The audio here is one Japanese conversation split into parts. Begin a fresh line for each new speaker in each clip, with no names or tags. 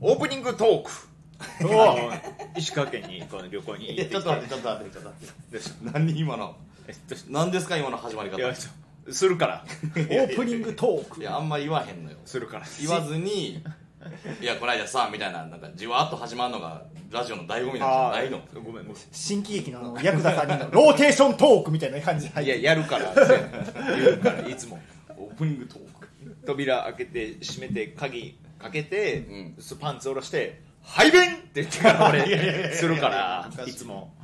オープニングトークあの石川県にこの旅行に行って
ちょっ
きて
と待ってちょっと待ってちょっと待って
です
何今の
えっと
何ですか今の始まり方
いやちょするから
オープニングトー
い
ク
やあんま言わへんのよ
するから
言わずに「いやこの間さ」みたいななんかじわっと始まるのがラジオの醍醐味なんじゃないの
ごめんご
新喜劇のあのヤクザさんにのローテーショントークみたいな感じで
めん
入
い
って
ややるから言うからいつも
オープニングトーク
扉開けて閉めて鍵かけて、
うん
すパンツ下ろして「排便!」って言ってから
いやいやいやい
俺
や
するから
おかし
い
い
つも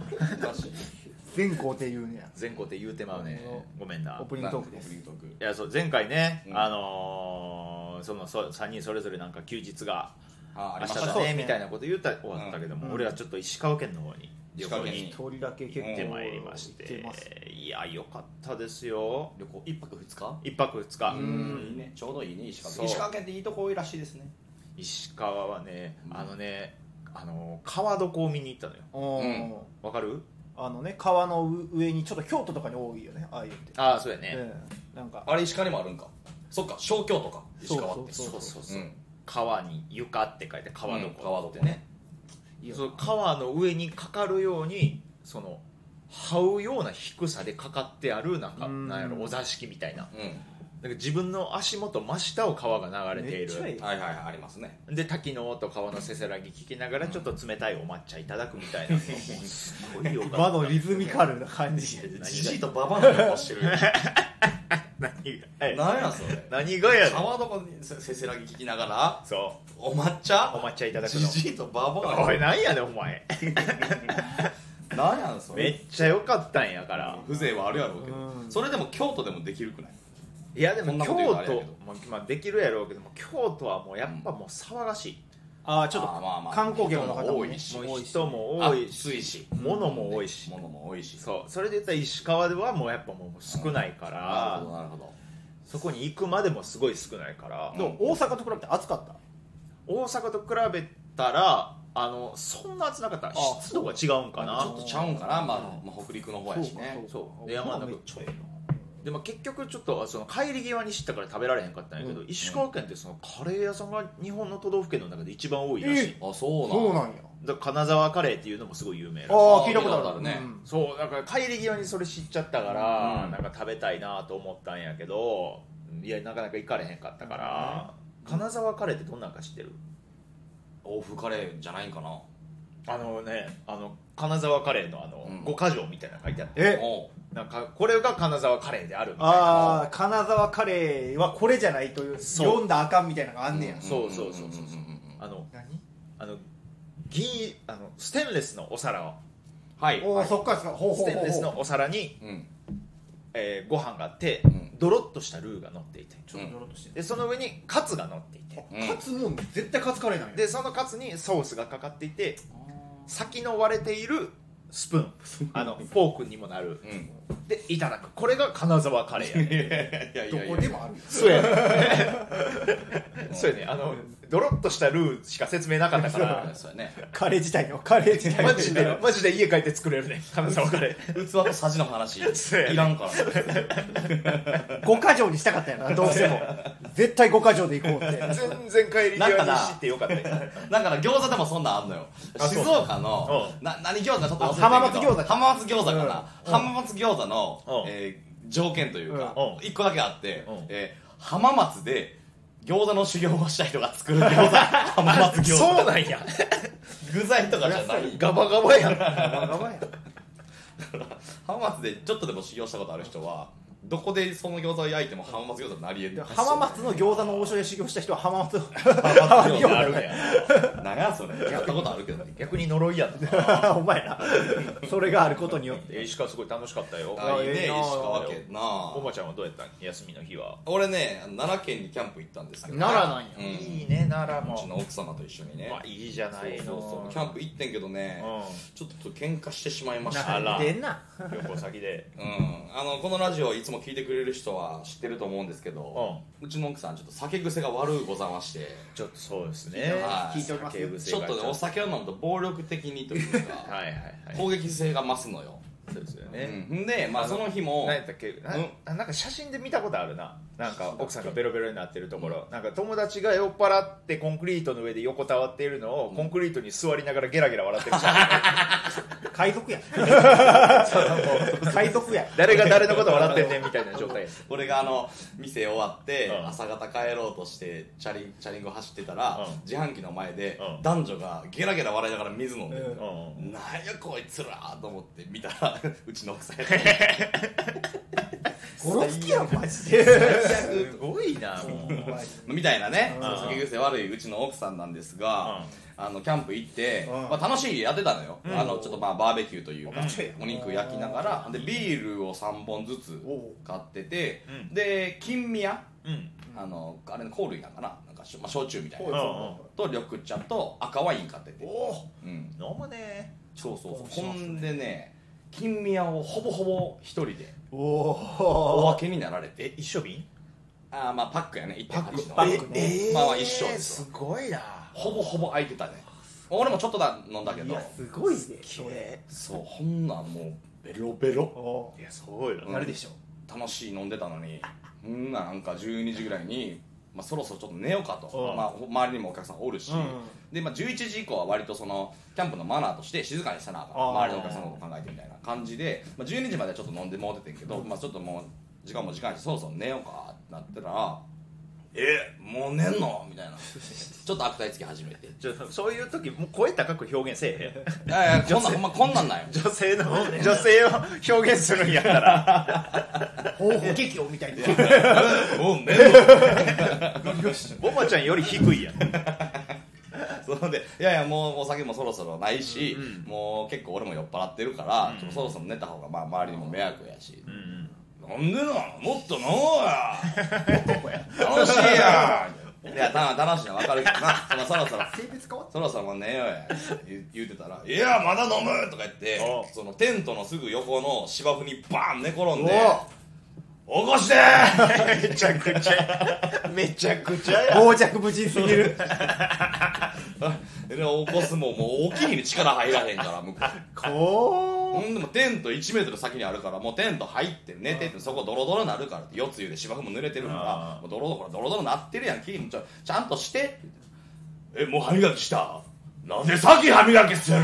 全校っていうねや
全校って言うてまうねごめんな
オープニングトークです
オープニングトーク
いやそう前回ね、
うん
あのーそのそ3人それぞれなんか休日が
ああり
明
ま
日
した
だ
そう
ね
ですね
みたいなこと言ったら終わったけども、
うん
俺はちょっと石川県の方に旅行に
石
行
川
一人だけ結構
ってまいりまして
行ってます
いやよかったですよ
旅行一泊二日
一泊二日
いいねちょうどいいね石川
そう
県石川県っていいとこ多いらしいですね
石川はね
うん
あのねあのー川床を見に行ったのよ
おー
うん
わかる
あのね川の上にちょっと京都とかに多いよねああいうのって、
ああそうやね、
うんなんか
あれ石川にもあるんかそっか小京都か石川って
そう
そ
そうう
そ
そうう
そう、
うん
川に床って書いて川床、
うん川床ね
いいよ
そう川の上にかかるようにその這うような低さでかかってあるなんか
うん
なんやろお座敷みたいな
う
なんか自分の足元真下を川が流れてい
めっちゃい
る
い
んはいはいはいありますね
で滝の音川のせせらぎ聞きながらちょっと冷たいお抹茶いただくみたいなもうすごいよかった
場のリズミカルな感 じ
何が
じじいとババアの顔してる
何が え
何やそれ
何がやねん
川床にせせせらぎ聞きながら
そ
お抹茶
うお抹茶いただく
じ
の
じいとババア
おい何やねんお前
何やんそ
め
れ
っちゃ良かったんやから
風情はあるやろうけど
うん
それでも京都でもできるくない
いやでも
こ
京
んなこと言うのあれや
都
けど
もまあできるやろうけども京都はもうやっぱもう騒がしい、
ああちょっ
あーまあま
と
あ
観光客の方もね
多いし
もう人も多
暑
いし
いし
物も多いし、
物も多いし
そうそれで言ったら石川ではもうやっぱもう少ないか
なるほど
ら
なるほど
そこに行くまでもすごい少ないから、
でも大阪と比べて暑かった
大阪と比べたらあのそんな暑なかった
あ
湿度が違うんか
まあちょ
な
っとちゃうんかなまあ
うん
まあ北陸の方やしね
そう
で
で山中
めっちゃいいな
でも結局ちょっとその帰り際に知ったから食べられへんかったんやけど、
う
石川県ってそのカレー屋さんが日本の都道府県の中で一番多いらしい、
あそうなん
そうなんや
だから金沢カレーっていうのもすごい有名らしい
ああ聞いたことある
聞いたことあるね
うん
そうだから帰り際にそれ知っちゃったから、
うん
なんか食べたいなと思ったんやけどいやなかなか行かれへんかったから、金沢カレーってどんなんか知ってる
欧風カレーじゃないんかな
あのねあの金沢カレーのあの、
うん
五か条みたいなの書いてある
え
おう
なんかこれが金沢カレーであるみたいな
ああ金沢カレーはこれじゃないという
そう
読んだらあかんみたいなのがあんねや、
うん
そうそうそうそうそう
うんうんうんうん
あの
何
あの銀あのステンレスのお皿を
はい
おお、
はい
そっからですかほ
ス
うほう
テンレス
ほう
のお皿に、
うん
えーご飯があって、
うん
ドロッとしたルーが乗っていて
ちょっとドロッとしてる
でその上にカツが乗っていて
うん
カツも絶対カツカレーなんや
でそのカツにソースがかかっていて先の割れているス プーンあのフォークにもなる
うん
でいただくこれが金沢カレーやね
どこでもある
そうやねそうやねあのドロッとしたルーしか説明なかったか
あ
ら
そうやね
カレー自体のカレー自体の
マジでマジで家帰って作れるね金沢カレー
器とさじの話
そうやね
いらんから
五か条にしたかったよなどうしても絶対五か条で行こうって
全然帰り際に知ってよかったよ
だから餃子でもそんなんあんのよ
あ
静岡の
う
な何餃子かちょっと忘れてる
あ
けど
浜松餃子か
浜松餃子かな、
うん
浜松餃子の、
うん
えー条件というか
うん
一個だけあって、
うん
えー浜松で餃子の修行をした人が作る餃子浜松餃
そう
子
なんや
具材とかじゃない
ガバガバやん
やばい
浜松でちょっとでも修行したことある人はどこでその餃子を焼いても浜松餃子になりえる
や浜松の餃子の王将で修行した人は浜松
浜松
餃
餃
子
子
あるんや
何やそれやったことあるけどね
逆に呪いやん
お前らそれがあることによって
石川すごい楽しかったよ
あいいね
ええ
石
なあ
川県なあ
おばちゃんはどうやったん休みの日は
俺ね奈良県にキャンプ行ったんですけど
ん
うん
いいね奈良
うち
も
の奥様と一緒にね
まあいいじゃないの
そうそうそうキャンプ行ってんけどね、
う
ちょっと喧嘩してしまいました
あら
なんでんなん
旅行先で
うん、あのこのラジオいつも聞いてくれる人は知ってると思うんですけど、うちの奥さんちょっと酒癖が悪いござまして
ちょっとそうですね
はい
聞いております
酒癖
ちょっとねお酒を飲むと暴力的にというか
はいはいはい
攻撃性が増すのよ
そうですよね、
うん、んで、まあ、
あの
その日も
何やったっけな,、
うん
ん、なんか写真で見たことあるななんか奥さんがベロベロになってるところ、なんか友達が酔っ払ってコンクリートの上で横たわっているのを、コンクリートに座りながらゲラゲラ笑ってる写真
海賊や海賊や
誰が誰のこと笑ってんねんみたいな状態 です
俺があの店終わって、
うん
朝方帰ろうとしてチャリチャリンコ走ってたら、
うん
自販機の前で、
うん
男女がゲラゲラ笑いながら水飲ん
う
でる
ん、
うん
なんやこいつらと思って見たら うちの奥さんやった
ゴロ好きやんマジで
すごいなもう、うん、
みたいなね、
うん
酒癖悪いうちの奥さんなんですが、あのキャンプ行って、
うん
まあ、楽しいやってたのよ、
ん
あのちょっとまあバーベキューというか
めっちゃええやん
お肉焼きながらでビールを3本ずつ
おう
買ってて、
うん
で金宮
うん
あのあれの香類なんかななんか、しょまあ、焼酎みたい
うん
なと緑茶と赤ワイン買ってて、
お
うん、
飲むね
そうそうそう
し
ほ
ますね
んでね金宮をほぼほぼ一人で
お
お
お
分けになられて
え一緒瓶
あーまあパックやね1.8の
パックね
え
まあまあ一緒です
すごいな
ほぼほぼ空いてたね俺もちょっとだ飲んだけ
い
ど
やすごいねそれ
そうほんなんもうベロベロ
お
いやそうよ
うん
なるでしょ
楽しい飲んでたのにほんななんか12時ぐらいに、まあ、そろそろちょっと寝ようかと、
うん
まあ、ほ周りにもお客さんおるし、
うん
でまあ、11時以降は割とそのキャンプのマナーとして静かにしたなあかん
あー
周りのお客さんのこと考えてみたいな感じで、まあ、12時まではちょっと飲んでもうててんけど、まあ、ちょっともう時間も時間やしそろそろ寝ようかってなったら「えもう寝んの?」みたいなちょっと悪態つき始めて
ちょそういう時もう声高く表現せ えへん
いやいやこんなんほんまこんなんなんよ
女性の女性を表現するんやったら
方法劇をみたいな
もう寝んの
ボマちゃんより低いやん
そのでいやいやもうお酒もそろそろないし、
うん
もう結構俺も酔っ払ってるから、
うん
ちょっとそろそろ寝た方がまあ周りにも迷惑やし、
うん
飲んでんのもっと飲もうや 楽しいやんいやた楽しいの分かるけどなそのそろそろ
性別変わっ
そろそろもう寝ようや言う言うてたら「いやまだ飲む!」とか言って
おう
そのテントのすぐ横の芝生にバーン寝転んで「起こして!」
めちゃくちゃめちゃくちゃ
た
や
傍若無人すぎる
で起こすもんもうおきに力入らへんから向こう
こ
ほんでもうテント1メートル先にあるからもうテント入って寝ててそこドロドロになるからって四つ湯で芝生も濡れてるから
あー
もうドロドロドロドロなってるやんキーちょちゃんとしてって言ってえもう歯磨きしたなんで先歯磨きする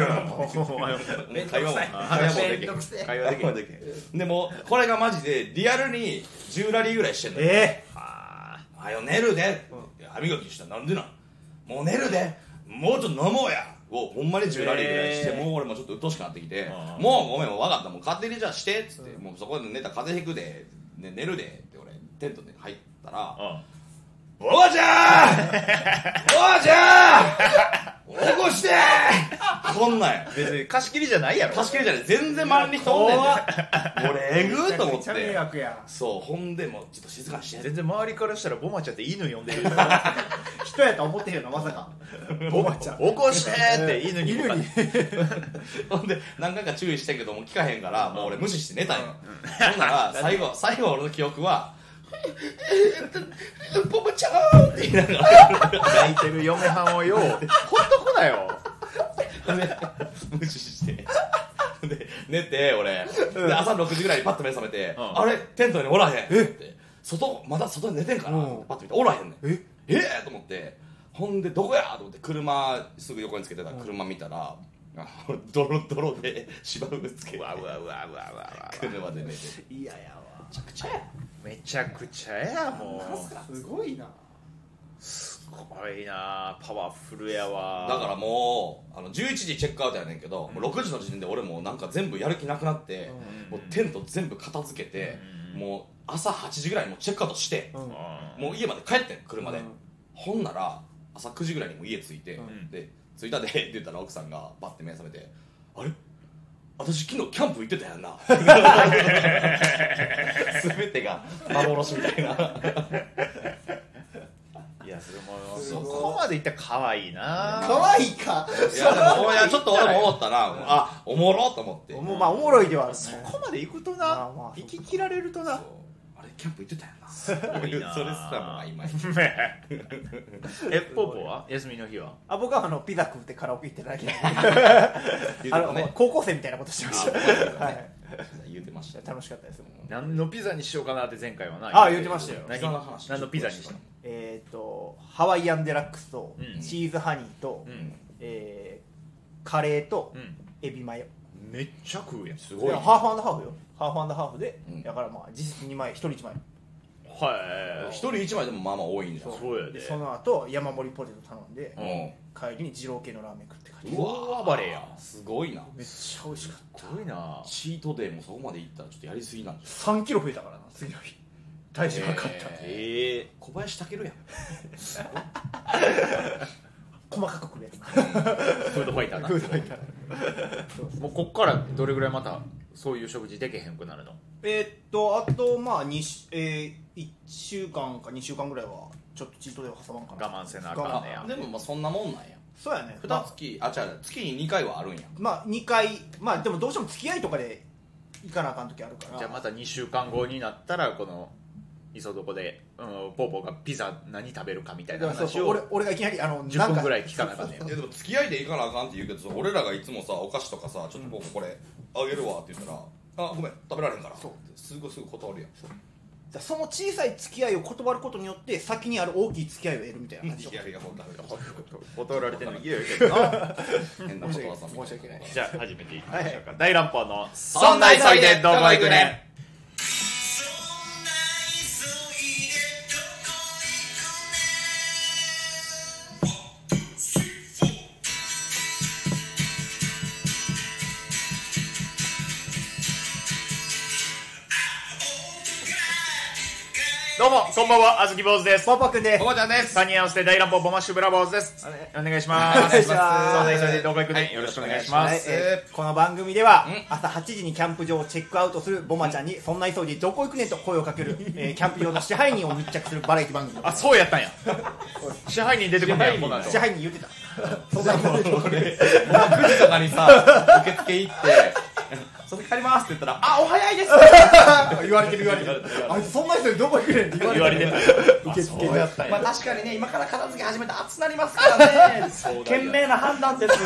めんど
会
く
話も
さい
会話もでき
めんどくせ
へ
え
ん会話できへんでもうこれがマジでリアルに10ラリーぐらいしてんのよ
え
あーはよ寝るで、
う
歯磨きしたなんでなんもう寝るでもうちょっと飲もうやをほんまに10ラリーぐらいして、
へー
もう俺もちょっと鬱陶しくなってきて
あー
もうごめんもう分かったもう勝手にじゃあしてっつって、もうそこで寝たら風邪ひくで、ね、寝るでって俺テントで入ったら「おばあちゃ んおばあちゃん起こして!」こんなんや
別に貸し切りじゃないやろ
確かにじゃない全然周りに人おんねんで
怖っ
俺えぐーと思っ
めちゃめちゃ迷
て
惑や
そうほんでもうちょっと静かにして
全然周りからしたらボマちゃんって犬呼んでる
人やとは思ってへんよなまさかおばちゃん
起こしてって犬に
犬に
ほんで何回か注意したけども聞かへんからもう俺無視して寝たんよ、ほんなら最後最後俺の記憶は「ボブちゃん!」って言いなが
泣いてる嫁はんをよほっとこな よ
らで無視してで寝て俺で朝6時ぐらいにパッと目覚めて「
うん
あれテントにおらへん」って外まだ外で寝てんかな
うん
ってパッと見ておらへんねん
え
えー、と思ってほんでどこやと思って車すぐ横につけてた車見たら、あのドロドロで芝生つけて
うわうわうわうわうわ
車で寝てる
いややわ
めちゃくちゃや
めちゃくちゃやもう
すごいな
すごいなパワフルやわ
だからもうあの11時チェックアウトやねんけど、もう6時の時点で俺もうなんか全部やる気なくなって、もうテント全部片付けて、もう朝8時ぐらいにもうチェックアウトして、
うん
うん
もう家まで帰ってん車で、
うん
ほんなら朝9時ぐらいにもう家着いて、
うん
で着いたでって言ったら奥さんがバッて目覚めて「あれ私昨日キャンプ行ってたやんな」全てが幻みたいない
やそれも
す
そ
ごい
こまでいったら可愛いな
可愛いか
いやでもいやちょっと俺も思ったな、あおもろと思って
おもまあおもろいではあるね
そこまで行くと
まあ
な
まあ
行き切られるとな
あれキャンプ行ってたよなす
ごいな
それすらも曖昧
えポポは休みの日は
あ僕はあのピザ食ってカラオケ行ってるだけなんで
言うて
あ
たね
の高校生みたいなことしてましたはい
言うてましたよ
楽しかったですもん
何のピザにしようかなって前回はな
あ言ってましたよ
何
ピザの話
何のピザにしたの
えっ、とハワイアンデラックスと、
うん
チーズハニーと、
うん
えーカレーと、
うん
エビマヨ
めっちゃ食うやん
す
い
ごい
や
ね
ハーフハーフよハーフハーフで、
うん
だからまあ実質2枚1人1枚
は
一人一枚でもまあまあ多いんじゃん
いそうや
で
で
その後山盛りポテト頼んで、
うん
帰りに二郎系のラーメン食って帰って
うわ
大暴れやん
すごいな
めっちゃ美味しかっ
すごいな
チートデーもそこまでいったらちょっとやりすぎなんじ
た3キロ増えたからな次の日体重測った、
へ
ええ
ゃん小林武やん
細かく食るやつな
フードファイターな
フードファイターそうそ う
もうこっからどれぐらいまたそういう食事でけへんくなるの
えーっとあとまあ2し、えー、1週間か2週間ぐらいはちょっとチートデイを挟まんかな
我慢せなあかんね
あ
や
でもまあそんなもんなんや
そうやね
二
まあ
月あ違う月に2回はあるんや
まあ2回まあでもどうしても付き合いとかで行かなあかん時あるから
じゃあまた2週間後になったらこの磯床で、うん、ポーポーがピザ何食べるかみたいな
だからそう
話
そう俺
を
俺がいきなりあの
10分ぐらい聞かなあかんね
いやでも付き合いで行かなあかんって言うけどさ俺らがいつもさお菓子とかさちょっと僕これあげるわって言ったら「あごめん食べられへんから」
そう
すぐすぐ断るやん
じゃあその小さい付き合いを断ることによって先にある大きい付き合いを得るみたいな感じ
いやいやもうダメだ
断られてるの嫌やけどな
変なことはさ
申し訳ない
じゃあ始めていきましょうか、大乱暴の「そ
そ
ん
ん
な
な
急
急
い
い
で
で
ど
ど
こ
こ
行
行
く
く
ねん
ね」
どうもこんばんはあずき坊主です
パパくんです
おばちゃんです
サニーアウスで大乱暴ボマッシュブラボーズですお願いします
お願いします
そんな急いでどこ行くねん、
はい
よろしくお願いしま
はい
す、
えーこの番組では
ん
朝8時にキャンプ場をチェックアウトするボマちゃんにそんな急いでどこ行くねんと声をか ける、えーキャンプ場の支配人を密着するバラエティ番組
あそうやったんや支配人出てこないやんこ
支配人
の後
支配人言ってたそんな急いで
9時とかにさ受付行って「それ帰ります」って言ったら「あお早いです」
言われてる言われてるあいつそんな急いでどこ行くねんって言わ
言
れて
わ
る
れてた
受付やった
まあ確かにね今から片付け始めて熱なりますからね賢明な判断です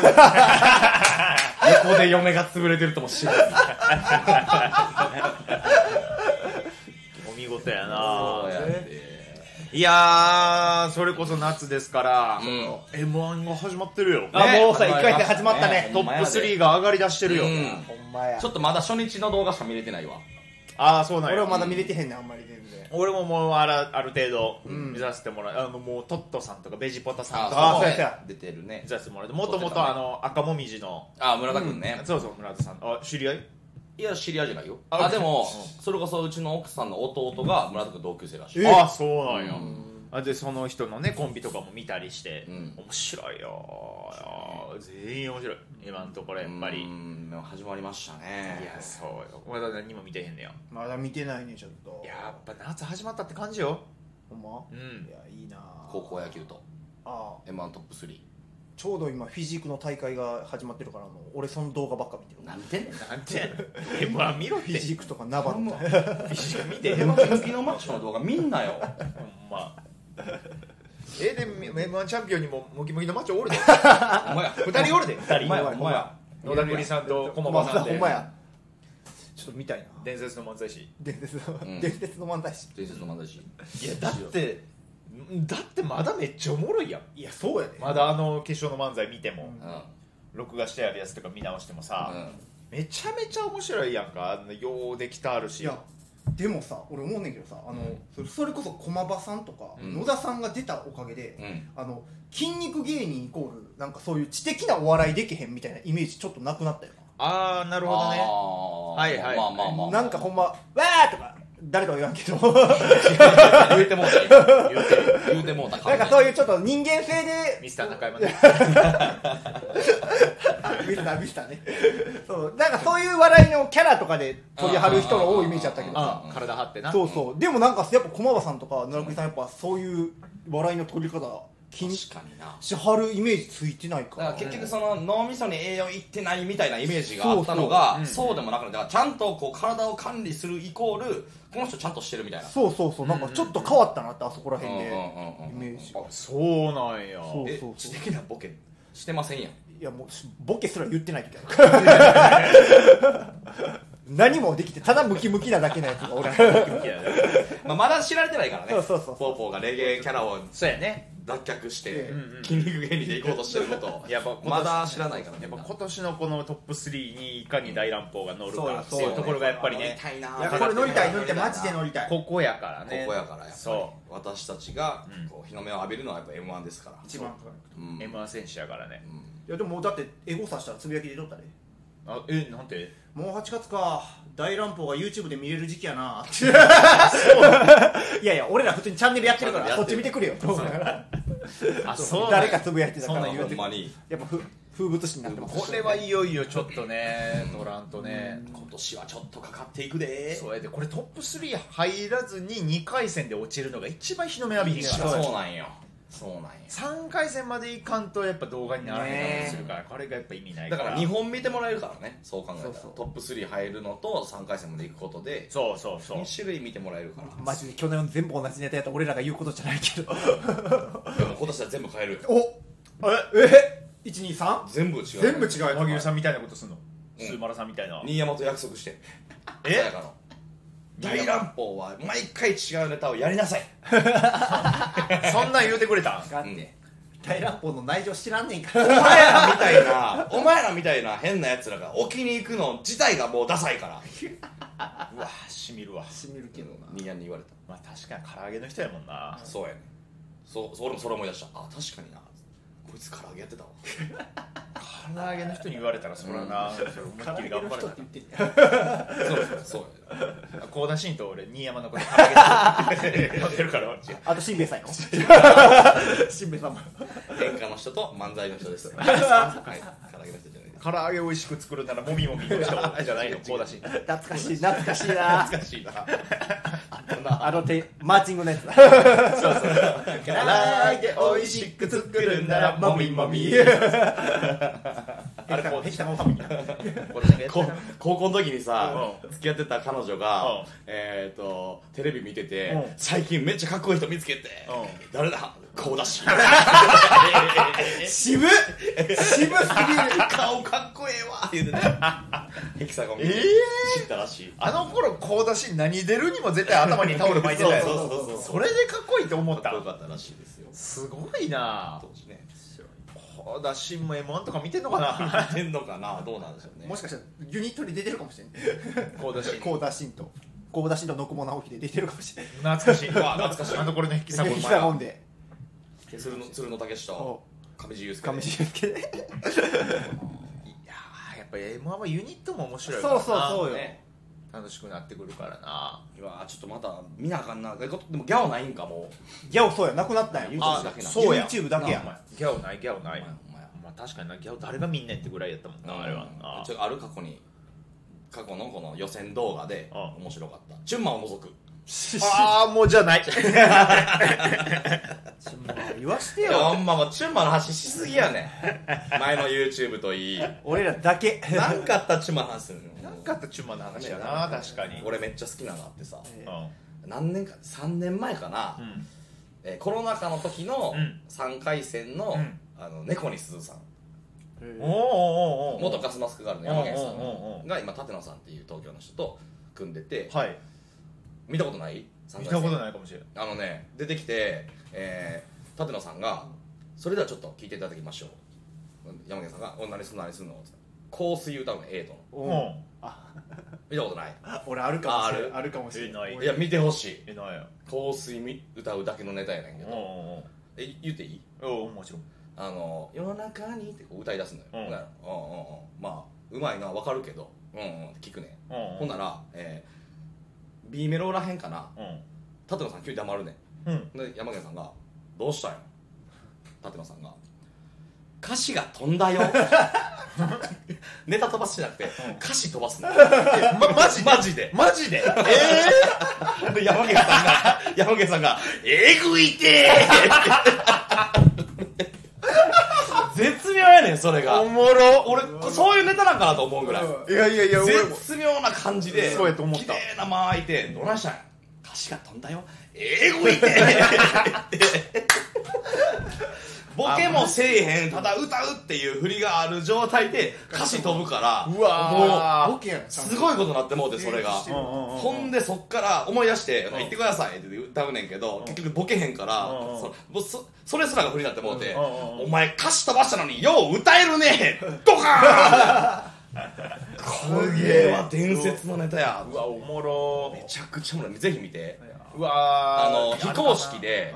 横で嫁が潰れてるとも知らない
お見事やないやーそれこそ夏ですから、m 1が始まってるよ
あもうさ一回戦始まったね
トップ3が上がりだしてるよ、
ほんまや
ちょっとまだ初日の動画しか見れてないわ
ああそうなんや
俺はまだ見れてへんねんあんまり全然
俺ももうあらある程度見させてもらう、あのもうトットさんとかベジポタさんと
あ
か
そうや
出てるね
見させてもらってもともとあの赤もみじの
あ村田君ね
そうそう村田さんあ知り合い
いや知り合いじゃないよあでもそれこそうちの奥さんの弟が村田君同級生らしい
あそうなんや、
うん
あでその人のねコンビとかも見たりして、
うん
面白いよいや全員面白い今のところやっぱり、い
始まりましたね
やそうよまだ何も見てへんねや
まだ見てないねちょっと
やっぱ夏始まったって感じよ
ほんま
うん
いやいいなあ
高校野球と
ああ
m 1トップ3
ちょうど今フィジークの大会が始まってるからもう俺その動画ばっか見てる
なんてねん
なんてやねん m 1見ろって
フィジークとかナバとか
見て
で、
へ
ヘ
ん
マ
わ
キンキのマッチョの動画見んなよ。
ほんまえで m 1チャンピオンにもムキムキのマッチョおるで
お前や。
二人おるで二
お
人
お前
前や、
や
お前や。
野田栗さんと駒
ま
場
あ
さん
ほん
で
まやちょっと見たいな
伝説の漫才師
伝説の、
ん
伝説の漫才師
伝説の漫才師。
いやだってんだってまだめっちゃおもろいやん
いやそうやで、
まだあの決勝の漫才見ても、
うん。
録画してあるやつとか見直してもさ、
う
めちゃめちゃ面白いやんかあんなようできたあるし
いやでもさ俺思うねんけどさあの、
うん
それそれこそ駒場さんとか、
うん
野田さんが出たおかげで、
ん。
あの筋肉芸人イコールなんかそういう知的なお笑いできへんみたいなイメージちょっとなくなったよな
ああなるほどね
は
はいはい
まあまあまあ。
なんかほんま「わー!」とか誰かは言わんけど
言うてもうた。言うて、言うてもうた。
なんかそういうちょっと人間性で
ミスター中山ね
ミスターミスターねそうなんかそういう笑いのキャラとかで取り張る人が多いイメージだったけど
あ
さ
ー体張ってな
そうそうでもなんかやっぱ駒場さんとか野良栗さんやっぱそういう笑いの取り方気にし
確かにな。
はるイメージついてないか
だからら結局その脳みそに栄養いってないみたいなイメージがあった
そうそ
の
うう
が
ん
そうでもなくてだからちゃんとこう体を管理するイコールこの人ちゃんとしてるみたいな
そうそうそうなんかちょっと変わったなってあそこら辺で
う
イ
んうんうんうん
メージ
あそうなんや
そう
え知的なボケしてませんやん
いやもうボケすら言ってない時あるから 何もできてただムキムキなだけのやつがおらん
まあ、まだ知られてないからね
そうそうそう
ポーポーがレゲエキャラを
そうやね
脱却して
うん
うん
筋肉芸人で行こうとしてること
やっぱ今年
まだ知らないからね
やっぱ今年のこのトップ3にいかに大乱暴が乗るかって
そう
い
よ
うところがやっぱりね
乗りたいない
やこれ乗りたい乗りたいマジで乗りたい
ここやから
こ
ね
こやからやっぱり
そ
私たちが
うん
こう日の目を浴びるのはやっぱ m 1ですから
一番かかる
う
うん m 1選手やからね
うん
いやでももうだってエゴさしたらつぶやきで撮ったで
あえなんて
もう8月か大乱暴が YouTube で見れる時期やなって
いやいや俺ら普通にチャンネルやってるか
チ
ら
ャン
こっ
ネ
ち
ル
見
や
てくれよ
あそう
誰かつぶやいてたから
そんなん言
ほんまに
やっぱふ風物詩になってます
これはいよいよちょっとね乗らんとね
今年はちょっとかかっていくで
そうやでこれトップ3入らずに2回戦で落ちるのが一番日の目浴びひんから
そうなんよそうなんよ
3回戦までいかんとやっぱ動画にならへんかするから、これがやっぱ意味ないか
だ
ら
から日本見てもらえるからねそう考えたら
そうそう
トップ3入るのと3回戦まで行くことで
そうそうそう
2種類見てもらえるから
マジで去年全部同じネタやったら俺らが言うことじゃないけど
で も今年は全部変える
お
ええ 123?
全部違う
全部違う
和牛
や
さんみたいなことすんの
うん
スーマラさんみたいな
新山と約束して
え
さやかの大乱暴は毎回違うネタをやりなさい
そんなん言うてくれたん
ガ
う
ン
ん
って大乱暴の内情知らんねんか
お
ら
前らみたいな お前らみたいな変なやつらが置きに行くの自体がもうダサいから
うわしみるわ
しみるけどな
新山に言われ
まあ確かに唐揚げの人やもんな
たそうやねそうそう俺もそれ思い出したあ確かになこいつ唐揚げやってたわ
唐揚げの人に言われたらそらなそれ思いっきり頑張れ
人
た
っ
な
て言ってんねん
そうそうそうやね
高田真と俺新山のこと唐揚げって呼んでるから俺
あとしんべヱさんよしんべヱさんも
演歌の人と漫才の人です はい唐揚げの人じゃないです
唐揚げ美味しく作るならもみもみの人じゃないの高田真
懐かしい懐かしいな
懐か しいな
あのてマーチングのやつだ
唐揚げ美味しく作るならもみもみあれ高田真高田真がやって
こ
たな
高校の時にさ、
うん
付き合ってた彼女が、
うん
えっ、とテレビ見てて、
うん
最近めっちゃかっこいい人見つけて、
う
誰だこう だし
渋っ渋っ
顔かっこええわ言う てねヘキサゴン
え
知ったらしい
あの頃高田真何出るにも絶対頭にタオル巻いてたや
そうそう
ろ
そうそう
それでかっこいいって思っ
か
た
っこよかったらしいですよ
すごいな
当時ね
高田真も m 1とか見てんのかな
出んのかなどうなんでしょうね
もしかしたらユニットに出てるかもしれん
高田真
高田新と高田新とノコモ直樹で出てるかもしれん
懐かしいう
わ懐かしい
あの頃の引き
ヒサ
下げ
ゴンで
鶴の鶴の武と上地雄介
上地雄介で
いやーやっぱり m 1はユニットも面白いから
そう
な
そうそうよ
ね
楽しくなってくるからな
うわちょっとまた見なあかんなえこでもギャオないんかも
ギャオそうやなくなったんや
あ
そうや YouTube だけや
なお前ギャオないギャオない
お前お前
まあ確かになギャオ誰がみんなってぐらいやったもんなあれはな
ちょある過去に過去のこの予選動画で
あ
面白かったチュンマンを除く
ああもうじゃあない
言わして
いやほ
よ
んまもうチュンマンの話しすぎやねん 前の YouTube といい
俺らだけ
なんかあったらチュンマンの話するの
なんかあったチュンマンの話やな確かに
俺めっちゃ好きなのあってさ
う
え
ん
何年か3年前かな、
うん
えーコロナ禍の時の
うん
3回戦の,、
うん
あの猫に鈴さん
おーおーおーおー
元ガスマスクガールの山源さ
おうおうおうお
んが今舘野さんっていう東京の人と組んでて
はい
見たことない三
見
回
た
戦
ことないかもしれん
あのね出てきて、えー、舘野さんが「それではちょっと聞いていただきましょう」山毛さんが「お何すんの何すんの」って「香水歌うの A との
う
お
ん
う
見たことない
俺あるかもしれ
ある
んあるかもしれ
えない
ん
いや見てほしい
えなんや
香水み歌うだけのネタやねんけ
お
ど
お
え言っていい
おおおもちろん
あの「世の中に」ってこう歌い出すのよ、
うん
ほんならうんうんうんまあうまいのはわかるけどうんうんって聞くね、
うんうん
ほんなら、えー、B メロらへんかな
うん
舘野さん急に黙るねん
うん
で山県さんが「どうしたんよ」舘野さんが「歌詞が飛んだ よ」ネタ飛ばすじゃなくて、歌詞飛ばすの、 ま、マジでマ
マ
ジで
ジで
で山県さんが 山県さんが「えぐいてー!」絶妙やねんそれが
おもろ
俺そういうネタなんかなと思うぐらい
いやいやいや俺も
絶妙な感じで
そうやと思った
綺麗な間空いて「どないしたんや 歌詞が飛んだよえぐいてー! 」ボケもせえへんただ歌うっていう振りがある状態で歌詞飛ぶから
うわー
ボケやん
すごいことになってもうてそれが
うんうん
うんうん
ほんでそっから思い出して「行ってください」って歌うねんけど結局ボケへんから
うんうん
そもうそそれすらが振りになってもうて
うんうん
「お前歌詞飛ばしたのによう歌えるねドカ ーン! 」これは伝説のネタや
うわおもろ
めちゃくちゃおもろいぜひ見て
うわ
あ
ー
の非公式で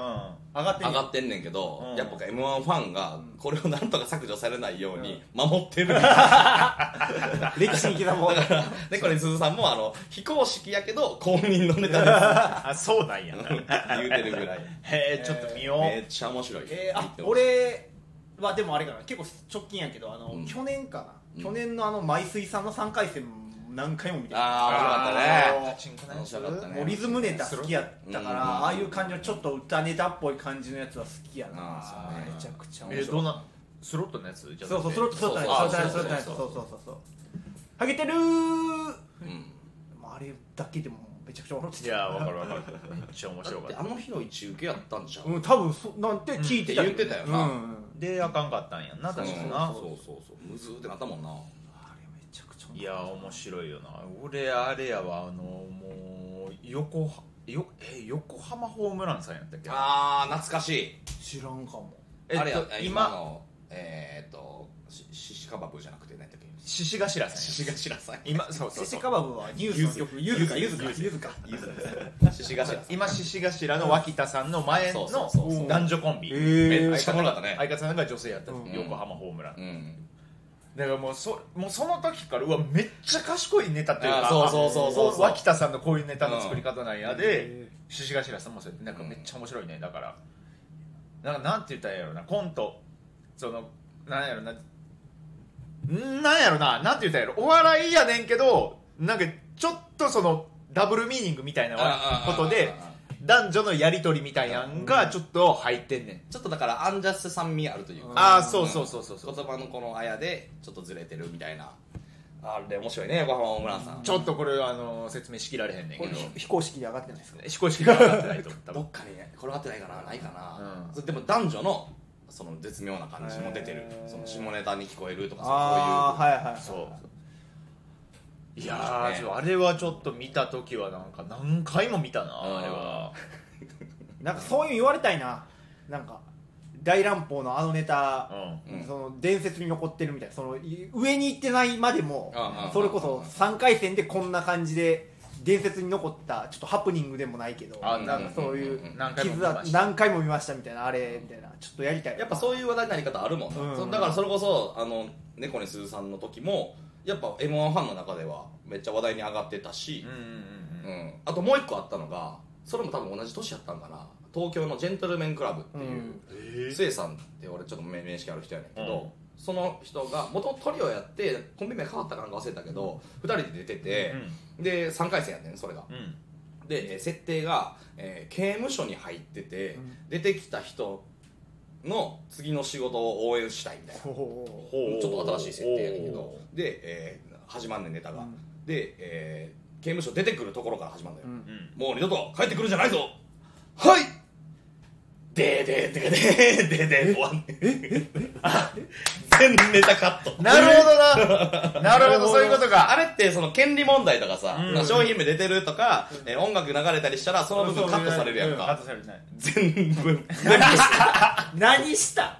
上がって
上
み
がってんねんけど、
うん
やっぱ m 1ファンがこれをなんとか削除されないように守ってる、
歴史に刻もう
でこれ鈴さんもあの非公式やけど公認のネ タ
あそうなんや
で
な
す言うてるぐらい
へえちょっと見よう、
めっちゃ面白い、
えーあ
見てほしい
俺はでもあれかな結構直近やけどあの、
うん
去年かな、
うん
去年のあの舞水さんの3回戦何回も見てた
あー面白かったね
パチンコ
面白かったね
もうリズムネタ好きやったから、
うん
ああいう感じのちょっと歌ネタっぽい感じのやつは好きやな
あー
めちゃくちゃ
え
面白
どん
い
なスロットのやつじゃなくて
そうそうスロットスロット
そ
ス
う
ロット
そう
スロット
そう
そうそうそうそうハゲてるー
うん
まああれだけでもめちゃくちゃ笑って
い
た
やわかるわかるめっちゃ面白か
であ
っ
の日の一受けやったんじゃん、
うん多分そなんて聞いてた
うんって言ってたよな
うん
たであかんかったんやんな
そう
確
そう
かな
そうそうむずーってなったもんな
あれめちゃくちゃ面白
いや面白いよな俺あれやわあのもう横はよえ横浜ホームランさんやったっけ
あー懐かしい、
知らんかも
えっと
あれや
今
今のえー、っとしシシカバブじゃなくて何だっけ
獅子頭さん
シシガシラさん
や今そうそ
セ
うそ
セ
う
カバブはニュースの曲ゆずかゆずかゆずか
シシガシラさん
今獅子頭の脇田さんの前の
そうそうそうそう
男女コンビ、
え
めっちゃおもろかったね
相方さんが女性やった、
うん
横浜ホームラン
うん
だからもうそもうその時からうわめっちゃ賢いネタというか
あそうそうそうそうそう
あこ脇田さんのこういうネタの作り方なんやで獅子頭さんもそうやってなんかめっちゃ面白いねだからなんかなんて言ったらいいんやろなコントそのなんやろなんなんやろななんて言ったらいいんやろお笑いやねんけどなんかちょっとそのダブルミーニングみたいな
あああ
ことで
あ
男女のやり取りみたいなんがちょっと入ってんねん
ちょっとだからアンジャッシュ酸味あるというか
ああそうそうそうそうそう
言葉のこのあやでちょっとずれてるみたいなあれ面白いね横浜ホームランさん
ちょっとこれあの説明しきられへんねん
こ
け
れ
ど
非公式で上がってないですか
非公式が上がってないと思う多
ど
分
っかに転がってないかなないかな
うん、
それでも男女のその絶妙な感じも出てる
へー
その下ネタに聞こえるとか
ああ
そうい
は
う
いはいはい
そういやーちょあれはちょっと見た時はなんか何回も見たな
うん
あれは
なんかそういうの言われたいななんか大乱暴のあのネタ、
う
うん
その伝説に残ってるみたいなそのい上に行ってないまでも
ああ
それこそ
ああ
3回戦でこんな感じで伝説に残ったちょっとハプニングでもないけど
あ
なんかそういう
うんうんうん
何回も見
傷
ま
は
した
何回も見ましたみたいなあれみたいなちょっとやりたい
やっぱそういう話題になり方あるもんな、
うん
そだからそれこそあの猫に鈴さんの時もやっぱ m 1ファンの中ではめっちゃ話題に上がってたし
うんうん、うん
う
うん
んあともう一個あったのがそれも多分同じ年やったんかな東京のジェントルメンクラブっていう、スエさんって俺ちょっと面面識ある人やねんけど、その人が元々トリオやってコンビ名変わったかなんか忘れたけど、二人で出てて、で3回戦やってんそれが
うんうん
でえー設定が、えー刑務所に入ってて、出てきた人の次の仕事を応援したいみたいな
ほうほうほ
ほう
ちょっと新しい設定やねんけど
お
で、えー始まんねんネタが、
うん
で、えー刑務所出てくるところから始まるんだよ、
うん
ーうん
もう二度と帰ってくるんじゃないぞはいでーでーでーでーでーでー終わんねあ全ネタカット
なるほ どななるほどそういうこと
あ
か
れってその権利問題とかさ、
うん
商品名出てるとか、えー音楽流れたりしたらその部分カットされるやん
カッ
か、
トされてない
全部
い何した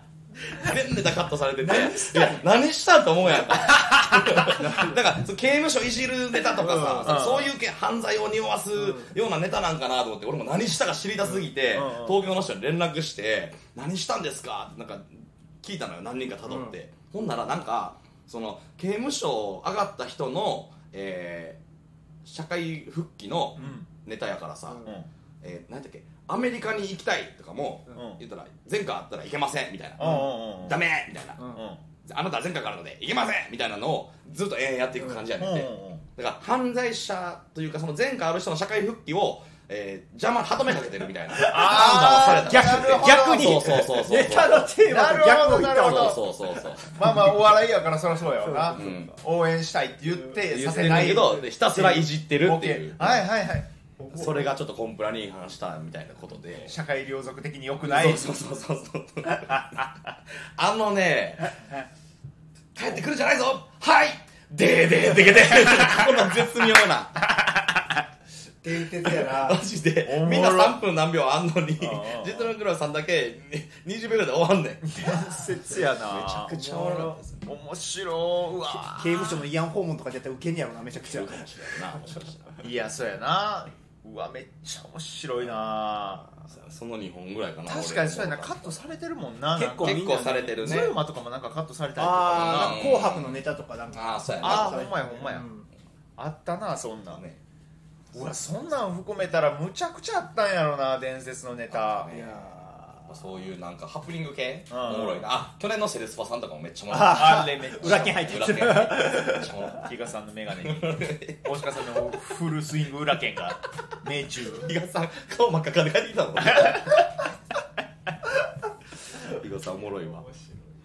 全ネタカットされてていや何したんと思うや んかだからその刑務所いじるネタとかさ、
うん
そういうけ犯罪を匂わすようなネタなんかなと思って俺も何したか知りたすぎて、
うん
東京の人に連絡して「何したんですか?」ってなんか聞いたのよ何人かたどって、ほんならなんかその刑務所上がった人の、えー社会復帰の
うん
ネタやからさ、
うん
うん
えー、何だっけアメリカに行きたいとかも、
ん
言ったら前科あったらいけませんみたいな、
うんうんうん
ダメみたいな、
うん
あなたは前科があるのでいけませんみたいなのをずっと延々やっていく感じやねんて、
うんうんうん
だから犯罪者というかその前科ある人の社会復帰を、えー邪魔歯止めかけてるみ たいな
あー
判断をされた
逆に
そうそうそうそう
ネタのテーマと逆を言っ
な
た
るほ
わ
ど
け
そうそうそうそう
まあまあお笑いやからそりゃそうやわな
そうそうそう
応援したいって言って
言
さ
って
せ
るん
な
だ
い
けどひたすらいじってる
ボ
って
ケ
いう、
はいはいはい
それがちょっとコンプラに違反したみたいなことで
社会良俗的に良くない
そうそうそうそうそうあのね帰ってくるんじゃないぞはいでーでーでー でーこの絶妙な
伝説や
マ
な
ジで
おもろ
みんな3分何秒あんのに
ああ
実の黒さんだけに20秒ぐらいで終わんねんめち
伝説やな
ゃくちゃおもろかったです
面白うわ
刑務所の慰安訪問とか絶対受けんねやろなめちゃくちゃ
いやそうやなうわめっちゃ面白いな
その2本ぐらいかな
確かにそうやなカットされてるもんな
結構
なんか
結構されてるね
ズーマとかもなんかカットされたりとか
ああ
うん
紅白のネタとかなんか
ああそうや
あ
な
あほんまやほんまや、
うん
あったなそんな
ね
うわそんなん含めたらむちゃくちゃあったんやろな伝説のネタ
いや
そういうなんかハプニング系
うん
おもろいなあ去年のセレスパさんとかもめっちゃおもろい
あれめっちゃ
裏剣入ってる
裏剣入ってるめっちゃおもろい
比嘉さんの眼鏡に大塚さんのフルスイング裏剣が命中
伊賀さん顔真っ赤っかで帰ってきた もん伊賀さんおもろいわ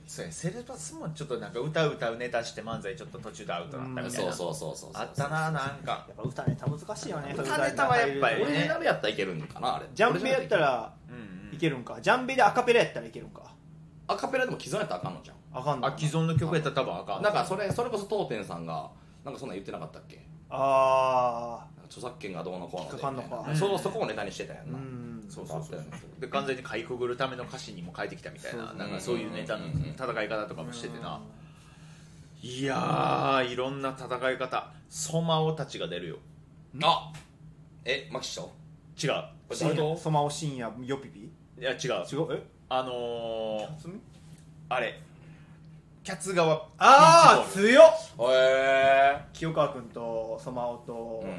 そうやセレパスもちょっとなんか歌歌うネタして漫才ちょっと途中でアウトだったみたい
そう
な
そうそうそう
あったななんか
やっぱ歌ネタ難しいよね
歌ネタはやっぱり
俺に鍋やったらいけるんかなあれ
ジャンベやったら
うん
い
うん
けるんかジャンベでアカペラやったらいけるんか
アカペラでも刻めたらあかんのじゃん
あかんの
あ既存の曲やったら多分あかん
なんかそれそれこそ当店さんがなんかそんなん言ってなかったっけ
あ
なんか著作権がどうのこうの
引っ
で
かかんのか
みたいなそうそこをネタにしてたやん
ーう
な、
ん
そうそうそうで完全にかいくぐるための歌詞にも変えてきたみたい
そう
な
そう
なんかそういうネタの
うんうんうん
戦い方とかもしててないやーいろんな戦い方ソマオたちが出るよ
あえマキショ
違う
これ
深
誰
夜
と
ソマオ深夜ヨピピ
いや違う
違うえ
あのー、あれキャツ川
ああ強っ
へ
清川君とソマオと、
うん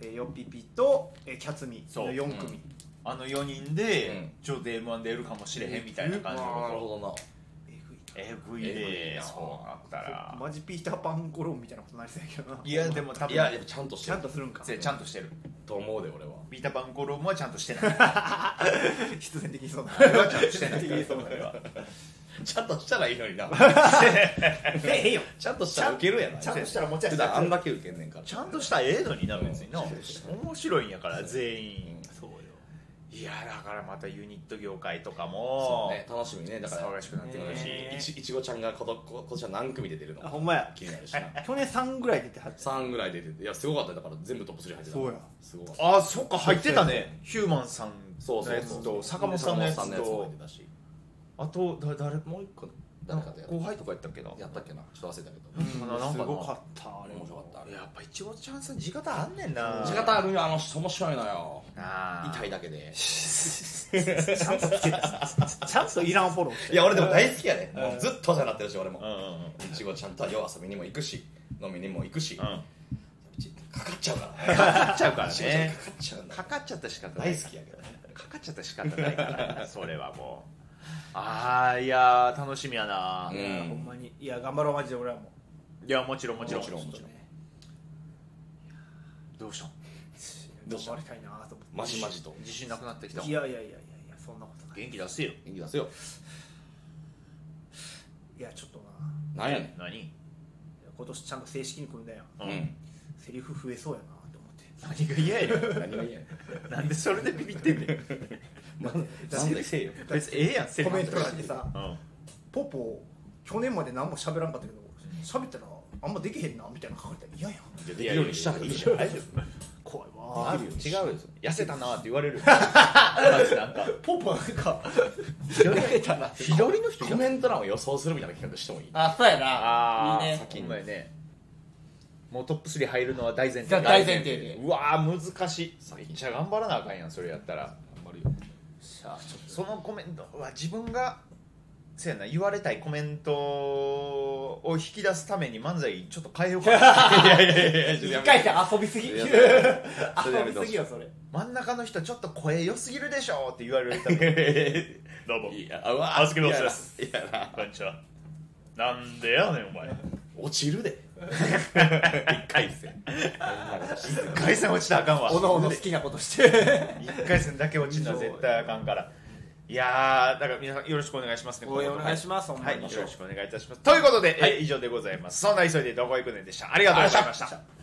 えーヨピピと、えーキャツミ
そう
の4組、
あの4人で、ちょっと m 1出るかもしれへんみたいな感じ
なる
の
ほどな
えぐいな
えぐいで
えぐいな
そうなったら
マジピーターパンゴロンみたいなことになりそうやけどない
やでも多分
いやいやちゃんとして
ちゃ
る
んとするんか
せちゃんとしてる
と思うで俺は
ビータパンコロームはちゃんとしてないあ
必然的にそうな
れはちゃんとしてない
ちゃんとしたらいいのにな
せえへんよ
ちゃんとしたらウケるやな
ちゃんとしたら持ち味
普
出せ
段あん
る
だけウケんねんから
ちゃんとしたらええのにな別にな
うん
面白いんやから全員
そうよ
いやだからまたユニット業界とか
そ
も
うね楽しみねだから
騒がしくなってくるし
ね
いちいちごちゃんがことこ今年は何組で出るの
あ
か
ほんまや
気になるしな
去年3ぐらい出てはった
3ぐらい出てていやすごかったよだから全部トップ3入ってたから
そうや
すごかった
あそっか入ってたねヒューマンさん
そう
の
そう
や
そ
つ
う
と坂本さんのや
坂
つ
本さんも
と
入ってたし
あとだ誰
もう一個誰かとやっ
後輩とかやったっけな
たやったっけなちょっと忘れたけど
んなんかな
すごかったあ
あれ
れ
面白かったあれ
やっぱいちごちゃんさん地方あんねんな
地方あるよあの人面白いのよ
なあ
痛いだけで
ちゃんとつけたちゃんとイランフォローして
いや俺でも大好きやでもうずっとお世話になってるし俺も
うんうんうん
いちごちゃんとはよう遊びにも行くし飲みにも行く
う
し
ん
かかっちゃう からね
かかっちゃうから
いちごちゃん
ね
かかっちゃうんだ
かかっちゃったら仕方ない
大好きやけどね
かかっちゃったら仕方ないから それはもうああいやー楽しみやな、
う
い
ん
ほんまにいや頑張ろうマジで俺らも
やもちろんもちろん
もちろんもちろん
どうしたん
ど
頑
うした
張りたいなと思
マジマジと
自信なくなってきた
っていやいやいやいやいやそんなことない
元気出せよ
元気出せよ
いやちょっとな
なんやね
何
今年ちゃんと正式に組んだよ
んうん
セリフ増えそうやなと思って
何が嫌や
何が嫌やね
なんでそれでビビってんねん
んなんなんでせえよ
別にええやんセリ
コ
フ
メント欄でさ
うん
ポポ去年まで何も喋らんかったけど喋ったらあんまできへんなみたいなの書かれたら嫌やん
いやできるようにしたらいいじゃん
大 丈夫
怖い
あ
わ
るよ違うよ痩せたなって言われ る なんか
ポポなん か
左の人
コメント欄を予想するみたいな企画してもいい
あ、そうやな。
ああ
いいね。
先にねもうトップ3入るのは大前提
だ大前提で
うわー難しいめっちゃ頑張らなあかんやんそれやったら
頑張るよ
そのコメントは自分がせやな言われたいコメントを引き出すために漫才ちょっと変えようかな
いやいやいやいやちょっと
一
や
回戦遊びすぎ
いや
遊
いやい
びすぎよそれ
真ん中の人ちょっと声良すぎるでしょって言われた どうも
め いやあうわ
あずきのおっさんです
いやな
こんにちはなんでやねんお 前
落ちるで一回戦
1回戦落ちたらあかんわ
おのおの好きなことして
1回戦だけ落ちるのは絶対あかんからいやーだから皆さんよろしくお願いしますね
応援お願いし
ま
ますほんま
はい、
に
よろしくお願いいたしますということで、えー以上でございますそんな急いでどこ行くねんでしたありがとうございました